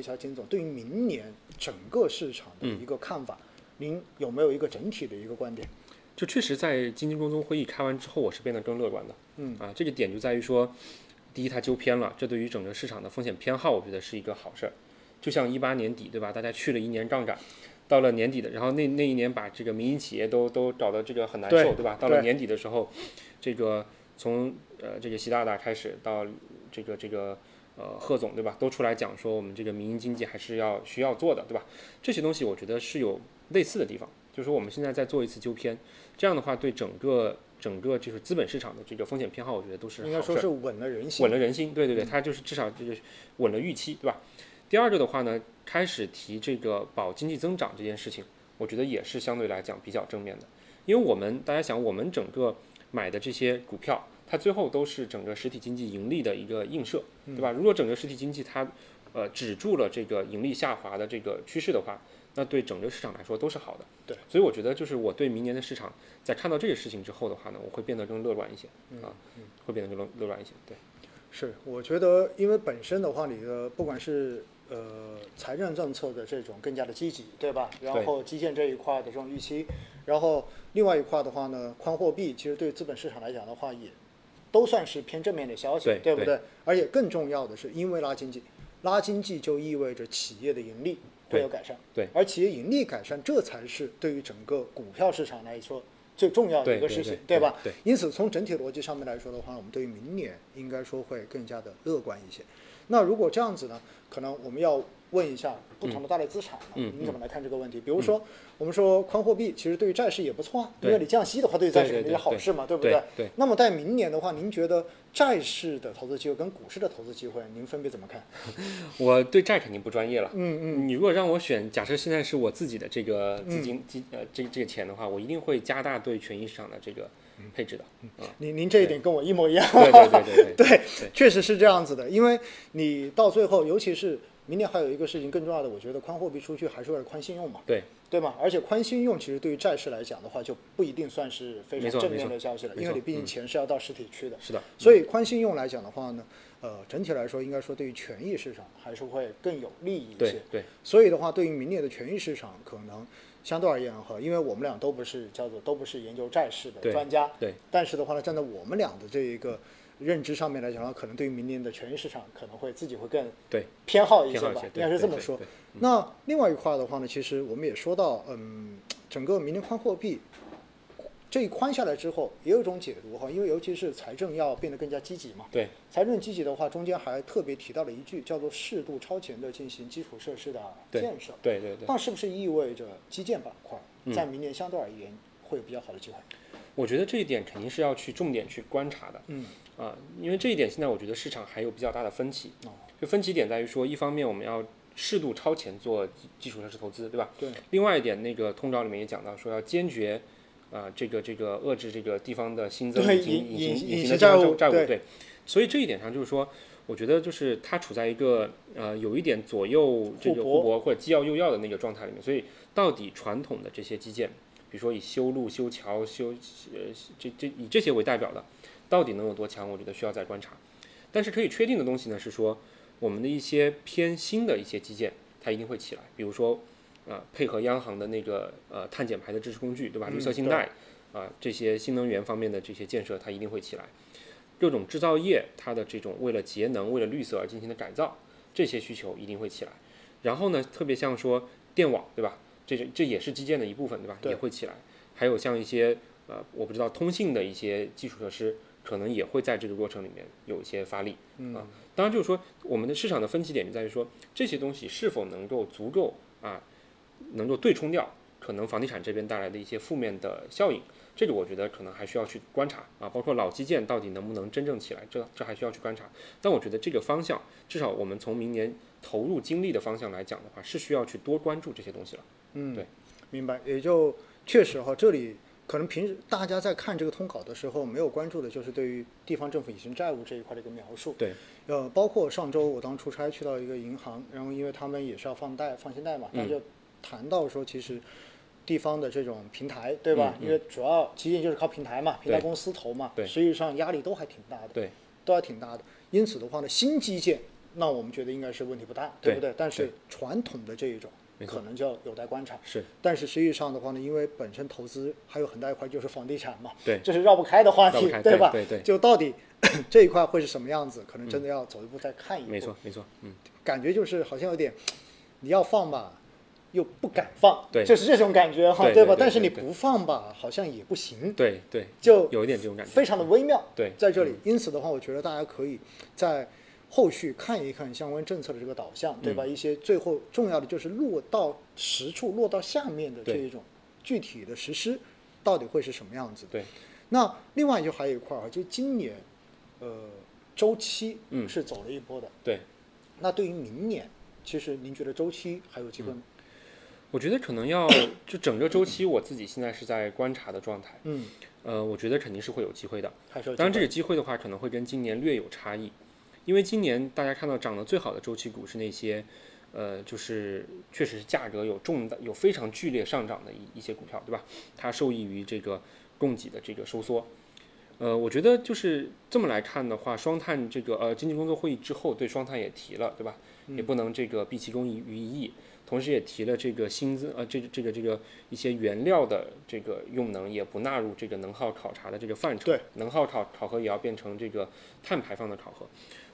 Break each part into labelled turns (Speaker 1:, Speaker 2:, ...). Speaker 1: 一下金总对于明年整个市场的一个看法，您有没有一个整体的一个观点？
Speaker 2: 就确实在经济中东会议开完之后，我是变得更乐观的。嗯啊，这个点就在于说，第一它纠偏了，这对于整个市场的风险偏好，我觉得是一个好事儿。就像一八年底对吧，大家去了一年杠杆，到了年底的，然后那那一年把这个民营企业都都搞得这个很难受
Speaker 1: 对
Speaker 2: 对吧？到了
Speaker 1: 对
Speaker 2: 年底的时候，这个从呃这个习大大开始到这个这个呃贺总对吧，都出来讲说我们这个民营经济还是要需要做的对吧？这些东西我觉得是有类似的地方，就是说我们现在在做一次纠偏，这样的话对整个整个就是资本市场的这个风险偏好，我觉得都是
Speaker 1: 应该
Speaker 2: 好事
Speaker 1: 说
Speaker 2: 儿
Speaker 1: 是嗯稳了人心
Speaker 2: 稳。了人心，对对对，它就是至少这个稳了预期，对吧？第二个的话呢，开始提这个保经济增长这件事情，我觉得也是相对来讲比较正面的，因为我们大家想，我们整个买的这些股票，它最后都是整个实体经济盈利的一个映射，
Speaker 1: 嗯
Speaker 2: 对吧？如果整个实体经济它呃止住了这个盈利下滑的这个趋势的话，那对整个市场来说都是好的。
Speaker 1: 对，
Speaker 2: 所以我觉得就是我对明年的市场，在看到这个事情之后的话呢，我会变得更乐观一些
Speaker 1: 嗯
Speaker 2: 啊，会变得更乐观一些，对。
Speaker 1: 是，我觉得因为本身的话，你的不管是呃财政政策的这种更加的积极，对吧？然
Speaker 2: 对
Speaker 1: 后基建这一块的这种预期，然后另外一块的话呢，宽货币其实对资本市场来讲的话也都算是偏正面的消息，
Speaker 2: 对
Speaker 1: 不对？而且更重要的是，因为拉经济，拉经济就意味着企业的盈利会
Speaker 2: 对
Speaker 1: 有改善，
Speaker 2: 对
Speaker 1: 而企业盈利改善，这才是对于整个股票市场来说最重要的一
Speaker 2: 对
Speaker 1: 个
Speaker 2: 对
Speaker 1: 事情，
Speaker 2: 对
Speaker 1: 吧？
Speaker 2: 对
Speaker 1: 因此，从整体逻辑上面来说的话，我们对于明年应该说会更加的乐观一些。那如果这样子呢，可能我们要问一下不同的大类资产了，
Speaker 2: 嗯
Speaker 1: 你怎么来看这个问题？比如说，我们说宽货币，其实对于债市也不错啊，因
Speaker 2: 对
Speaker 1: 为你降息的话，对于债市
Speaker 2: 对对
Speaker 1: 肯定
Speaker 2: 对
Speaker 1: 是好
Speaker 2: 对
Speaker 1: 事嘛，不
Speaker 2: 对
Speaker 1: 对？
Speaker 2: 对
Speaker 1: 那么在明年的话，您觉得债市的投资机会跟股市的投资机会，您分别怎么看？
Speaker 2: 我对债肯定不专业了。
Speaker 1: 嗯嗯，嗯
Speaker 2: 你如果让我选，假设现在是我自己的这个资金、基呃这这个钱的话，我一定会加大对权益市场的这个配置的。啊、
Speaker 1: 您您这一点跟我一模一样。
Speaker 2: 对对对对对，
Speaker 1: 对，确实是这样子的，因为你到最后，尤其是明年还有一个事情更重要的，我觉得宽货币出去还是为了宽信用嘛，
Speaker 2: 对
Speaker 1: 对吗？而且宽信用其实对于债市来讲的话，就不一定算是非
Speaker 2: 没
Speaker 1: 常
Speaker 2: 错
Speaker 1: 正
Speaker 2: 没
Speaker 1: 面
Speaker 2: 错
Speaker 1: 的消息了，
Speaker 2: 没
Speaker 1: 因为
Speaker 2: 错嗯
Speaker 1: 你毕竟钱是要到实体去的。
Speaker 2: 是的，嗯
Speaker 1: 所以宽信用来讲的话呢，呃，整体来说应该说对于权益市场还是会更有利益一
Speaker 2: 对
Speaker 1: 些。
Speaker 2: 对
Speaker 1: 所以的话，对于明年的权益市场，可能相对而言哈，因为我们俩都不是叫做都不是研究债市的
Speaker 2: 对
Speaker 1: 专家，
Speaker 2: 对
Speaker 1: 但是的话呢，站在我们俩的这一个认知上面来讲的话，可能对于明年的权益市场，可能会自己会更
Speaker 2: 对
Speaker 1: 偏好一些
Speaker 2: 偏好一
Speaker 1: 吧
Speaker 2: 些，
Speaker 1: 应
Speaker 2: 对
Speaker 1: 该是这么
Speaker 2: 对
Speaker 1: 说
Speaker 2: 对。嗯
Speaker 1: 那另外一块的话呢，其实我们也说到，嗯，整个明年宽货币这一宽下来之后，也有一种解读哈，因为尤其是财政要变得更加积极嘛。
Speaker 2: 对
Speaker 1: 财政积极的话，中间还特别提到了一句，叫做适度超前的进行基础设施的
Speaker 2: 对
Speaker 1: 建设。
Speaker 2: 对对对。嗯
Speaker 1: 那是不是意味着基建板块在明年相对而言会有比较好的机会？
Speaker 2: 我觉得这一点肯定是要去重点去观察的。
Speaker 1: 嗯，
Speaker 2: 啊、因为这一点现在我觉得市场还有比较大的分歧。
Speaker 1: 哦
Speaker 2: 就分歧点在于说，一方面我们要适度超前做基基础设施投资，对吧？
Speaker 1: 对。
Speaker 2: 另外一点，那个通稿里面也讲到说，要坚决。啊、这个这个遏制这个地方的新增
Speaker 1: 对
Speaker 2: 以及
Speaker 1: 隐
Speaker 2: 以及
Speaker 1: 隐
Speaker 2: 以
Speaker 1: 隐
Speaker 2: 及
Speaker 1: 形
Speaker 2: 的
Speaker 1: 债
Speaker 2: 债
Speaker 1: 务
Speaker 2: 债务
Speaker 1: 对
Speaker 2: 对，所以这一点上就是说，我觉得就是它处在一个呃有一点左右这个
Speaker 1: 互搏
Speaker 2: 互搏或者既要又要的那个状态里面，所以到底传统的这些基建，比如说以修路、修桥、修呃这这以这些为代表的，到底能有多强？我觉得需要再观察。但是可以确定的东西呢是说，我们的一些偏新的一些基建，它一定会起来。比如说，呃，配合央行的那个呃碳减排的支持工具，对吧？
Speaker 1: 嗯
Speaker 2: 绿色信贷啊、这些新能源方面的这些建设，它一定会起来。各种制造业，它的这种为了节能、为了绿色而进行的改造，这些需求一定会起来。然后呢，特别像说电网，对吧？这是这也是基建的一部分，对吧？
Speaker 1: 对
Speaker 2: 也会起来。还有像一些呃，我不知道通信的一些基础设施，可能也会在这个过程里面有一些发力。
Speaker 1: 嗯
Speaker 2: 啊，当然就是说，我们的市场的分歧点就在于说，这些东西是否能够足够啊，能够对冲掉可能房地产这边带来的一些负面的效应。这个我觉得可能还需要去观察啊，包括老基建到底能不能真正起来，这这还需要去观察。但我觉得这个方向，至少我们从明年投入精力的方向来讲的话，是需要去多关注这些东西了。
Speaker 1: 嗯，
Speaker 2: 对，
Speaker 1: 明白。也就确实哈，这里可能平时大家在看这个通稿的时候没有关注的，就是对于地方政府隐形债务这一块的一个描述。
Speaker 2: 对，
Speaker 1: 呃，包括上周我当出差去到一个银行，然后因为他们也是要放贷、放信贷嘛，
Speaker 2: 嗯
Speaker 1: 他就谈到说，其实地方的这种平台，对吧？因为主要基建就是靠平台嘛，平台
Speaker 2: 嗯对
Speaker 1: 公司投嘛，
Speaker 2: 对
Speaker 1: 实际上压力都还挺大的，
Speaker 2: 对，
Speaker 1: 都还挺大的。因此的话呢，新基建那我们觉得应该是问题不大，对不
Speaker 2: 对
Speaker 1: 对？但是
Speaker 2: 对
Speaker 1: 传统的这一种
Speaker 2: 没错
Speaker 1: 可能就要有待观察。
Speaker 2: 是
Speaker 1: 但是实际上的话呢，因为本身投资还有很大一块就是房地产嘛，
Speaker 2: 对
Speaker 1: 这是绕不开的话
Speaker 2: 绕不
Speaker 1: 题
Speaker 2: 开，对
Speaker 1: 吧？
Speaker 2: 对对嗯
Speaker 1: 就到底 这一块会是什么样子，可能真的要走一步再看一步。
Speaker 2: 没错，没错，嗯，
Speaker 1: 感觉就是好像有点，你要放吧，又不敢放，
Speaker 2: 对
Speaker 1: 就是这种感觉哈，
Speaker 2: 对对
Speaker 1: 吧
Speaker 2: 对？
Speaker 1: 但是
Speaker 2: 对
Speaker 1: 你
Speaker 2: 对
Speaker 1: 不放吧，好像也不行，
Speaker 2: 对对，
Speaker 1: 就
Speaker 2: 有一点这种感觉，
Speaker 1: 非常的微妙。
Speaker 2: 对嗯
Speaker 1: 在这里，因此的话，我觉得大家可以在后续看一看相关政策的这个导向，对吧？
Speaker 2: 嗯
Speaker 1: 一些最后重要的就是落到实处、落到下面的这
Speaker 2: 对
Speaker 1: 一种具体的实施，到底会是什么样子的？
Speaker 2: 对，
Speaker 1: 那另外就还有一块儿啊，就今年，呃，周期
Speaker 2: 嗯
Speaker 1: 是走了一波的，
Speaker 2: 对，
Speaker 1: 那对于明年，其实您觉得周期还有机会吗？
Speaker 2: 我觉得可能要就整个周期，我自己现在是在观察的状态，
Speaker 1: 嗯，
Speaker 2: 呃，我觉得肯定是会有机会的。
Speaker 1: 还是有机
Speaker 2: 当然，这
Speaker 1: 会
Speaker 2: 个机会的话，可能会跟今年略有差异，因为今年大家看到涨得最好的周期股是那些，呃，就是确实是价格有重大、有非常剧烈上涨的一一些股票，对吧？它受益于这个供给的这个收缩。呃，我觉得就是这么来看的话，双碳这个呃经济工作会议之后对双碳也提了，对吧？也不能这个毕其功于于一役，同时也提了这个新增呃这个这个这个一些原料的这个用能也不纳入这个能耗考察的这个范畴，
Speaker 1: 对，
Speaker 2: 能耗考考核也要变成这个碳排放的考核。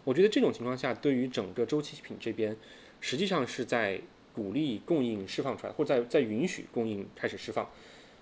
Speaker 2: 我觉得这种情况下，对于整个周期品这边，实际上是在鼓励供应释放出来，或者在在允许供应开始释放。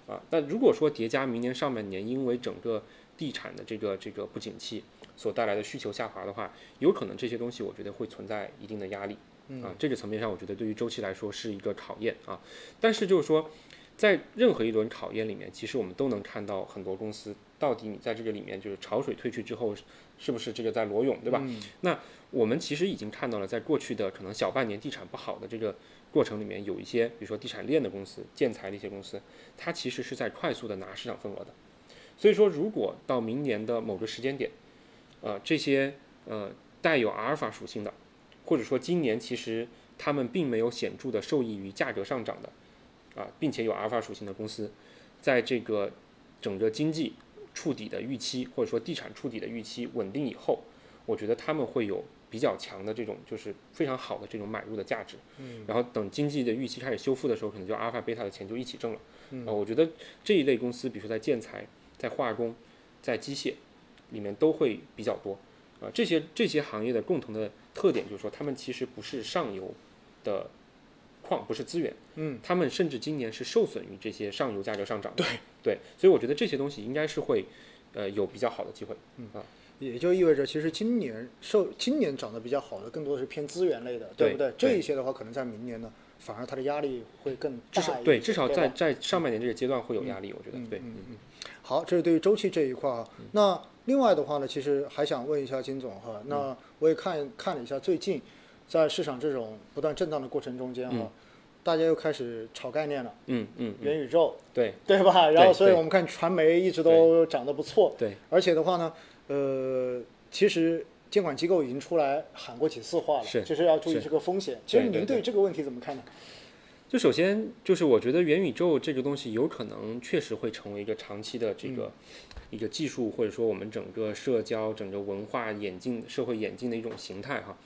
Speaker 2: 啊，那如果说叠加明年上半年因为整个地产的这个这个不景气所带来的需求下滑的话，有可能这些东西我觉得会存在一定的压力。啊，这个层面上，我觉得对于周期来说是一个考验啊。但是就是说，在任何一轮考验里面，其实我们都能看到很多公司到底你在这个里面就是潮水退去之后，是不是这个在裸泳，对吧？那我们其实已经看到了，在过去的可能小半年地产不好的这个过程里面，有一些比如说地产链的公司、建材的一些公司，它其实是在快速的拿市场份额的。所以说，如果到明年的某个时间点，呃，这些呃带有阿尔法属性的，或者说今年其实他们并没有显著的受益于价格上涨的，啊，并且有阿尔法属性的公司，在这个整个经济触底的预期，或者说地产触底的预期稳定以后，我觉得他们会有比较强的这种就是非常好的这种买入的价值。
Speaker 1: 嗯，
Speaker 2: 然后等经济的预期开始修复的时候，可能就阿尔法、贝塔的钱就一起挣了。啊、我觉得这一类公司，比如说在建材、在化工、在机械里面都会比较多。啊、这些这些行业的共同的特点就是说，他们其实不是上游的矿，不是资源，
Speaker 1: 嗯，
Speaker 2: 他们甚至今年是受损于这些上游价格上涨的。对对，所以我觉得这些东西应该是会，呃，有比较好的机会。
Speaker 1: 也就意味着，其实今年受今年涨得比较好的，更多的是偏资源类的，
Speaker 2: 对
Speaker 1: 不对？
Speaker 2: 对
Speaker 1: 这一些的话，可能在明年呢，反而它的压力会更大
Speaker 2: 至
Speaker 1: 一
Speaker 2: 少
Speaker 1: 些
Speaker 2: 对，至少在
Speaker 1: 吧
Speaker 2: 在上半年这个阶段会有压力，我觉得
Speaker 1: 嗯
Speaker 2: 对。
Speaker 1: 嗯
Speaker 2: 嗯
Speaker 1: 好，这是对于周期这一块啊。那另外的话呢，其实还想问一下金总哈，
Speaker 2: 嗯
Speaker 1: 那我也看看了一下最近在市场这种不断震荡的过程中间哈，
Speaker 2: 嗯
Speaker 1: 大家又开始炒概念了，
Speaker 2: 嗯嗯嗯，
Speaker 1: 元宇宙，
Speaker 2: 对
Speaker 1: 对吧？然后，
Speaker 2: 对
Speaker 1: 所以
Speaker 2: 对
Speaker 1: 我们看传媒一直都涨得不错，
Speaker 2: 对
Speaker 1: 而且的话呢，呃，其实监管机构已经出来喊过几次话了，
Speaker 2: 是
Speaker 1: 就是要注意
Speaker 2: 是
Speaker 1: 这个风险。其实
Speaker 2: 对对
Speaker 1: 您
Speaker 2: 对
Speaker 1: 对这个问题怎么看呢？
Speaker 2: 就首先就是我觉得元宇宙这个东西有可能确实会成为一个长期的这个、一个技术，或者说我们整个社交、整个文化演进、社会演进的一种形态哈。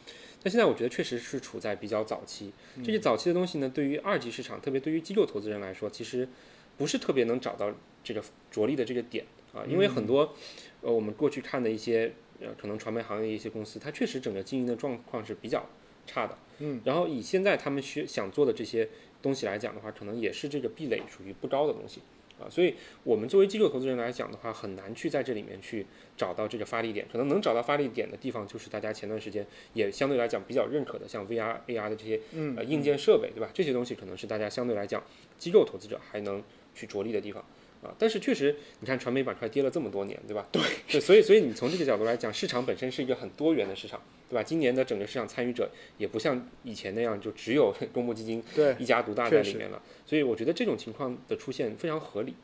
Speaker 2: 但现在我觉得确实是处在比较早期，这些早期的东西呢，对于二级市场，特别对于机构投资人来说，其实不是特别能找到这个着力的这个点啊，因为很多呃我们过去看的一些呃可能传媒行业一些公司，它确实整个经营的状况是比较差的，
Speaker 1: 嗯，
Speaker 2: 然后以现在他们需想做的这些东西来讲的话，可能也是这个壁垒属于不高的东西啊，所以我们作为机构投资人来讲的话，很难去在这里面去找到这个发力点，可能能找到发力点的地方，就是大家前段时间也相对来讲比较认可的，像 VR、AR 的这些
Speaker 1: 嗯
Speaker 2: 呃硬件设备，对吧？这些东西可能是大家相对来讲机构投资者还能去着力的地方。啊，但是确实，你看传媒板块跌了这么多年，对吧？对，所以所以你从这个角度来讲，市场本身是一个很多元的市场，对吧？今年的整个市场参与者也不像以前那样就只有公募基金
Speaker 1: 对，
Speaker 2: 一家独大
Speaker 1: 确
Speaker 2: 在里
Speaker 1: 实
Speaker 2: 面了，所以我觉得这种情况的出现非常合理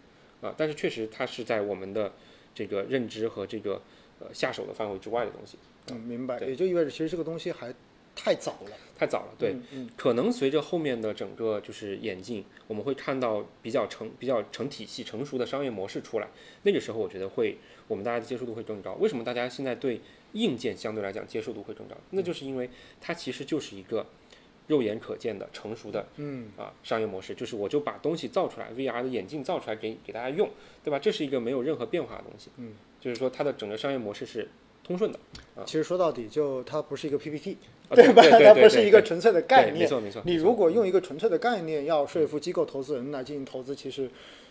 Speaker 2: 啊，但是确实它是在我们的这个认知和这个呃下手的范围之外的东西，
Speaker 1: 嗯，明白。
Speaker 2: 对
Speaker 1: 也就意味着，其实这个东西还太早了。
Speaker 2: 太早了，对，
Speaker 1: 嗯，嗯
Speaker 2: 可能随着后面的整个就是演进，我们会看到比较成比较成体系、成熟的商业模式出来。那个时候，我觉得会我们大家的接受度会更高。为什么大家现在对硬件相对来讲接受度会更高，那
Speaker 1: 嗯
Speaker 2: 就是因为它其实就是一个肉眼可见的成熟的
Speaker 1: 嗯，
Speaker 2: 啊商业模式，就是我就把东西造出来，VR 的眼镜造出来给给大家用，对吧？这是一个没有任何变化的东西，
Speaker 1: 嗯，
Speaker 2: 就是说它的整个商业模式是通顺的，
Speaker 1: 其实说到底就它不是一个 PPT，
Speaker 2: 啊、对
Speaker 1: 吧？
Speaker 2: 对对
Speaker 1: 它
Speaker 2: 对
Speaker 1: 不是一个
Speaker 2: 对
Speaker 1: 纯粹的
Speaker 2: 对
Speaker 1: 概
Speaker 2: 没
Speaker 1: 念。
Speaker 2: 错没错。
Speaker 1: 你
Speaker 2: 没错
Speaker 1: 如果用一个纯粹的概念要说服机构投资人来进行投资，其实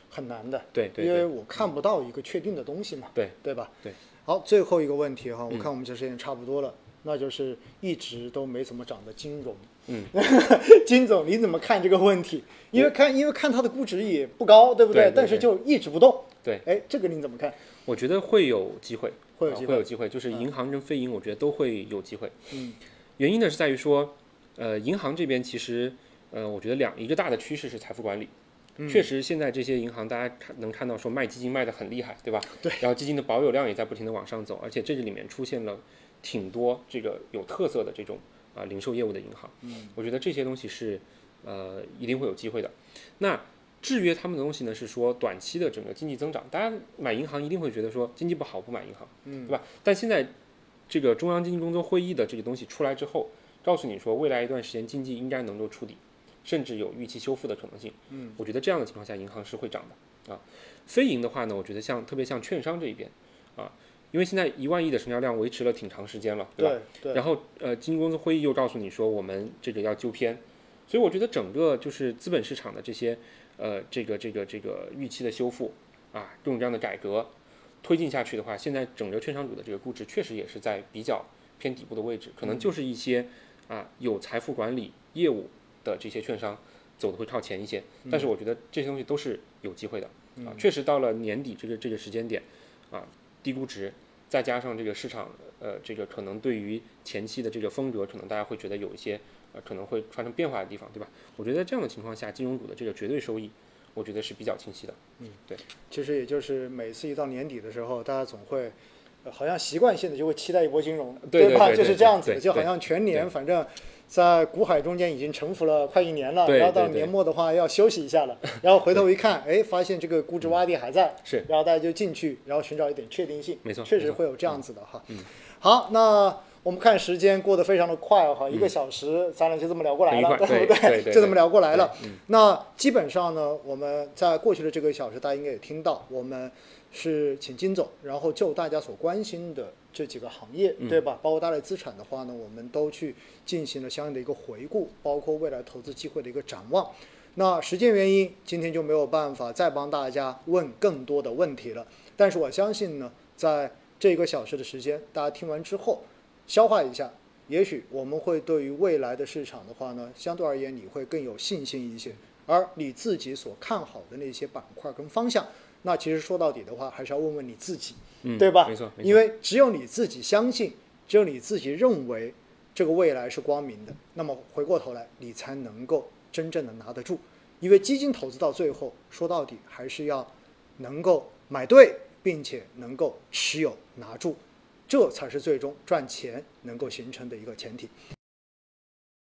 Speaker 1: 很难的。
Speaker 2: 对对
Speaker 1: 因
Speaker 2: 对
Speaker 1: 为我看不到一个确定的东西嘛，
Speaker 2: 对
Speaker 1: 对吧？
Speaker 2: 对。嗯
Speaker 1: 好，最后一个问题哈，我看我们这时间也差不多了，那就是一直都没怎么涨的金融。
Speaker 2: 嗯，
Speaker 1: 金总，你怎么看这个问题？因为看，因为看它的估值也不高，对不
Speaker 2: 对对
Speaker 1: 但是就一直不动。
Speaker 2: 对，
Speaker 1: 哎，这个你怎么看？
Speaker 2: 我觉得会有机会，
Speaker 1: 会有
Speaker 2: 啊
Speaker 1: 机
Speaker 2: 会
Speaker 1: 会
Speaker 2: 有机会，就是银行跟非银，我觉得都会有机会。
Speaker 1: 嗯，
Speaker 2: 原因呢是在于说，呃，银行这边其实，呃，我觉得两一个大的趋势是财富管理。
Speaker 1: 嗯
Speaker 2: 确实，现在这些银行大家看能看到说卖基金卖得很厉害，对吧？
Speaker 1: 对。
Speaker 2: 然后基金的保有量也在不停的往上走，而且这个里面出现了挺多这个有特色的这种啊、零售业务的银行。
Speaker 1: 嗯，
Speaker 2: 我觉得这些东西是呃一定会有机会的。那制约他们的东西呢，是说短期的整个经济增长，大家买银行一定会觉得说经济不好不买银行，
Speaker 1: 嗯
Speaker 2: 对吧？但现在这个中央经济工作会议的这个东西出来之后，告诉你说未来一段时间经济应该能够触底，甚至有预期修复的可能性。
Speaker 1: 嗯，
Speaker 2: 我觉得这样的情况下，银行是会涨的啊。非银的话呢，我觉得像特别像券商这一边啊，因为现在一万亿的成交量维持了挺长时间了，对吧？
Speaker 1: 对对，
Speaker 2: 然后呃，经济工作会议又告诉你说我们这个要纠偏，所以我觉得整个就是资本市场的这些呃这个这个这个预期的修复啊，各种各样的改革推进下去的话，现在整个券商股的这个估值确实也是在比较偏底部的位置，可能就是一些啊有财富管理业务的这些券商走的会靠前一些，但是我觉得这些东西都是有机会的啊，确实到了年底这个这个时间点啊，低估值。再加上这个市场，呃，这个可能对于前期的这个风格，可能大家会觉得有一些，呃，可能会发生变化的地方，对吧？我觉得在这样的情况下，金融股的这个绝对收益，我觉得是比较清晰的。
Speaker 1: 其实也就是每次一到年底的时候，大家总会。呃好像习惯性的就会期待一波金融，
Speaker 2: 对对
Speaker 1: 吧？
Speaker 2: 对对
Speaker 1: 就是这样子
Speaker 2: 对
Speaker 1: 的，
Speaker 2: 对
Speaker 1: 就好像全年反正，在股海中间已经沉浮了快一年了，
Speaker 2: 对
Speaker 1: 然后到
Speaker 2: 对对
Speaker 1: 年末的话要休息一 下了，然后回头一看，哎，发现这个估值洼地还在，
Speaker 2: 是，
Speaker 1: 然后大家就进去，然后寻找一点确定性，
Speaker 2: 没错
Speaker 1: 确实
Speaker 2: 没错嗯
Speaker 1: 会有这样子的哈。好，那我们看时间过得非常的快哦哈，一个小时咱俩就这么聊过来
Speaker 2: 嗯很
Speaker 1: 了，
Speaker 2: 愉快
Speaker 1: 不
Speaker 2: 对对对
Speaker 1: 就这么聊过来了
Speaker 2: 对。
Speaker 1: 那基本上呢，我们在过去的这个小时，大家应该也听到，我们是请金总，然后就大家所关心的这几个行业，对吧？包括大类资产的话呢，我们都去进行了相应的一个回顾，包括未来投资机会的一个展望。那时间原因，今天就没有办法再帮大家问更多的问题了。但是我相信呢，在这个小时的时间，大家听完之后，消化一下，也许我们会对于未来的市场的话呢，相对而言你会更有信心一些。而你自己所看好的那些板块跟方向，那其实说到底的话，还是要问问你自己，
Speaker 2: 嗯，
Speaker 1: 对吧？
Speaker 2: 没错，没错
Speaker 1: 因为只有你自己相信，只有你自己认为这个未来是光明的，那么回过头来，你才能够真正的拿得住。因为基金投资到最后，说到底还是要能够买对，并且能够持有拿住，这才是最终赚钱能够形成的一个前提。